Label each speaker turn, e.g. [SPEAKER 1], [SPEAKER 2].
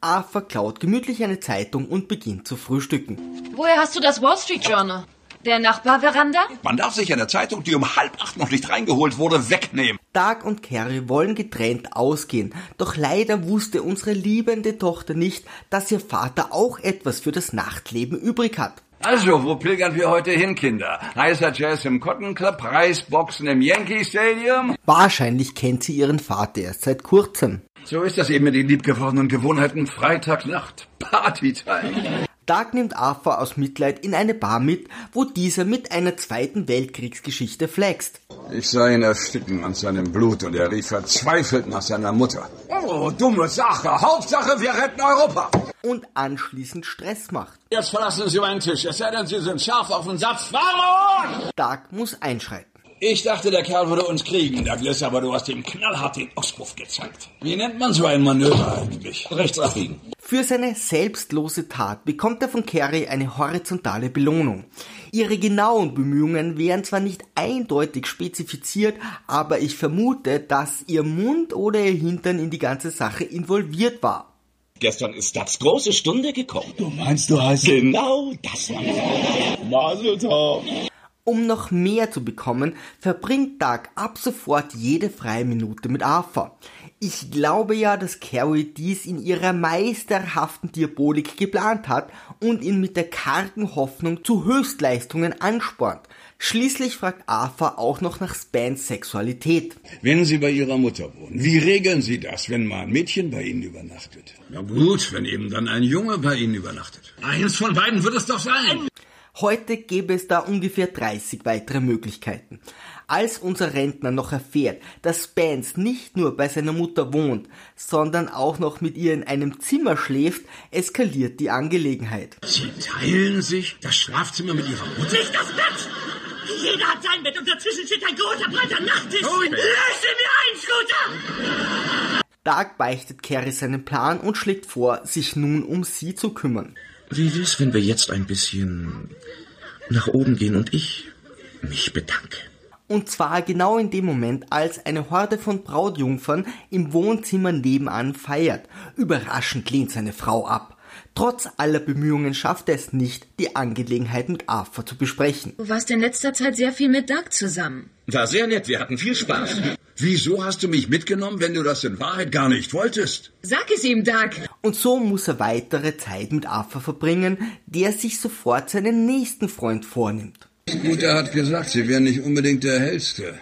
[SPEAKER 1] A verklaut gemütlich eine Zeitung und beginnt zu frühstücken.
[SPEAKER 2] Woher hast du das Wall Street Journal? Der Nachbarveranda?
[SPEAKER 3] Man darf sich eine Zeitung, die um halb acht noch nicht reingeholt wurde, wegnehmen.
[SPEAKER 1] Doug und Carrie wollen getrennt ausgehen, doch leider wusste unsere liebende Tochter nicht, dass ihr Vater auch etwas für das Nachtleben übrig hat.
[SPEAKER 4] Also, wo pilgern wir heute hin, Kinder? Heißer Jazz im Cotton Club, Reisboxen im Yankee Stadium?
[SPEAKER 1] Wahrscheinlich kennt sie ihren Vater erst seit kurzem.
[SPEAKER 4] So ist das eben mit den liebgewordenen Gewohnheiten. Freitagnacht, Partytime.
[SPEAKER 1] Doug nimmt Arthur aus Mitleid in eine Bar mit, wo dieser mit einer zweiten Weltkriegsgeschichte flext.
[SPEAKER 4] Ich sah ihn ersticken an seinem Blut und er rief verzweifelt nach seiner Mutter. Oh, dumme Sache. Hauptsache, wir retten Europa.
[SPEAKER 1] und anschließend Stress macht.
[SPEAKER 5] Jetzt verlassen Sie meinen Tisch, es sei denn, Sie sind scharf auf den Satz. Warum?
[SPEAKER 1] Doug muss einschreiten.
[SPEAKER 5] Ich dachte, der Kerl würde uns kriegen, Douglas, aber du hast ihm knallhart den Auspuff gezeigt. Wie nennt man so ein Manöver eigentlich? Rechts abbiegen.
[SPEAKER 1] Für seine selbstlose Tat bekommt er von Carrie eine horizontale Belohnung. Ihre genauen Bemühungen wären zwar nicht eindeutig spezifiziert, aber ich vermute, dass ihr Mund oder ihr Hintern in die ganze Sache involviert war.
[SPEAKER 6] Gestern ist das große Stunde gekommen.
[SPEAKER 5] Du meinst, du heißt
[SPEAKER 6] Genau das war
[SPEAKER 5] Maseltov.
[SPEAKER 1] Um noch mehr zu bekommen, verbringt Doug ab sofort jede freie Minute mit Arthur. Ich glaube ja, dass Carrie dies in ihrer meisterhaften Diabolik geplant hat und ihn mit der kargen Hoffnung zu Höchstleistungen anspornt. Schließlich fragt Arthur auch noch nach Spans Sexualität.
[SPEAKER 4] Wenn Sie bei Ihrer Mutter wohnen, wie regeln Sie das, wenn mal ein Mädchen bei Ihnen übernachtet? Na gut, wenn eben dann ein Junge bei Ihnen übernachtet.
[SPEAKER 5] Eins von beiden wird es doch sein.
[SPEAKER 1] Heute gäbe es da ungefähr 30 weitere Möglichkeiten. Als unser Rentner noch erfährt, dass Spence nicht nur bei seiner Mutter wohnt, sondern auch noch mit ihr in einem Zimmer schläft, eskaliert die Angelegenheit.
[SPEAKER 4] Sie teilen sich das Schlafzimmer mit Ihrer Mutter?
[SPEAKER 7] Nicht das Bett! Jeder hat sein Bett und dazwischen steht ein großer, breiter Nachttisch. Löse mir ein, Scooter!
[SPEAKER 1] Doug beichtet Carrie seinen Plan und schlägt vor, sich nun um sie zu kümmern.
[SPEAKER 6] Wie wär's, wenn wir jetzt ein bisschen nach oben gehen und ich mich bedanke?
[SPEAKER 1] Und zwar genau in dem Moment, als eine Horde von Brautjungfern im Wohnzimmer nebenan feiert. Überraschend lehnt seine Frau ab. Trotz aller Bemühungen schafft er es nicht, die Angelegenheit mit Arthur zu besprechen.
[SPEAKER 2] Du warst in letzter Zeit sehr viel mit Doug zusammen.
[SPEAKER 6] War sehr nett, wir hatten viel Spaß.
[SPEAKER 4] Wieso hast du mich mitgenommen, wenn du das in Wahrheit gar nicht wolltest?
[SPEAKER 2] Sag es ihm, Doug.
[SPEAKER 1] Und so muss er weitere Zeit mit Arthur verbringen, der sich sofort seinen nächsten Freund vornimmt.
[SPEAKER 4] Scooter hat gesagt, Sie wären nicht unbedingt der Hellste.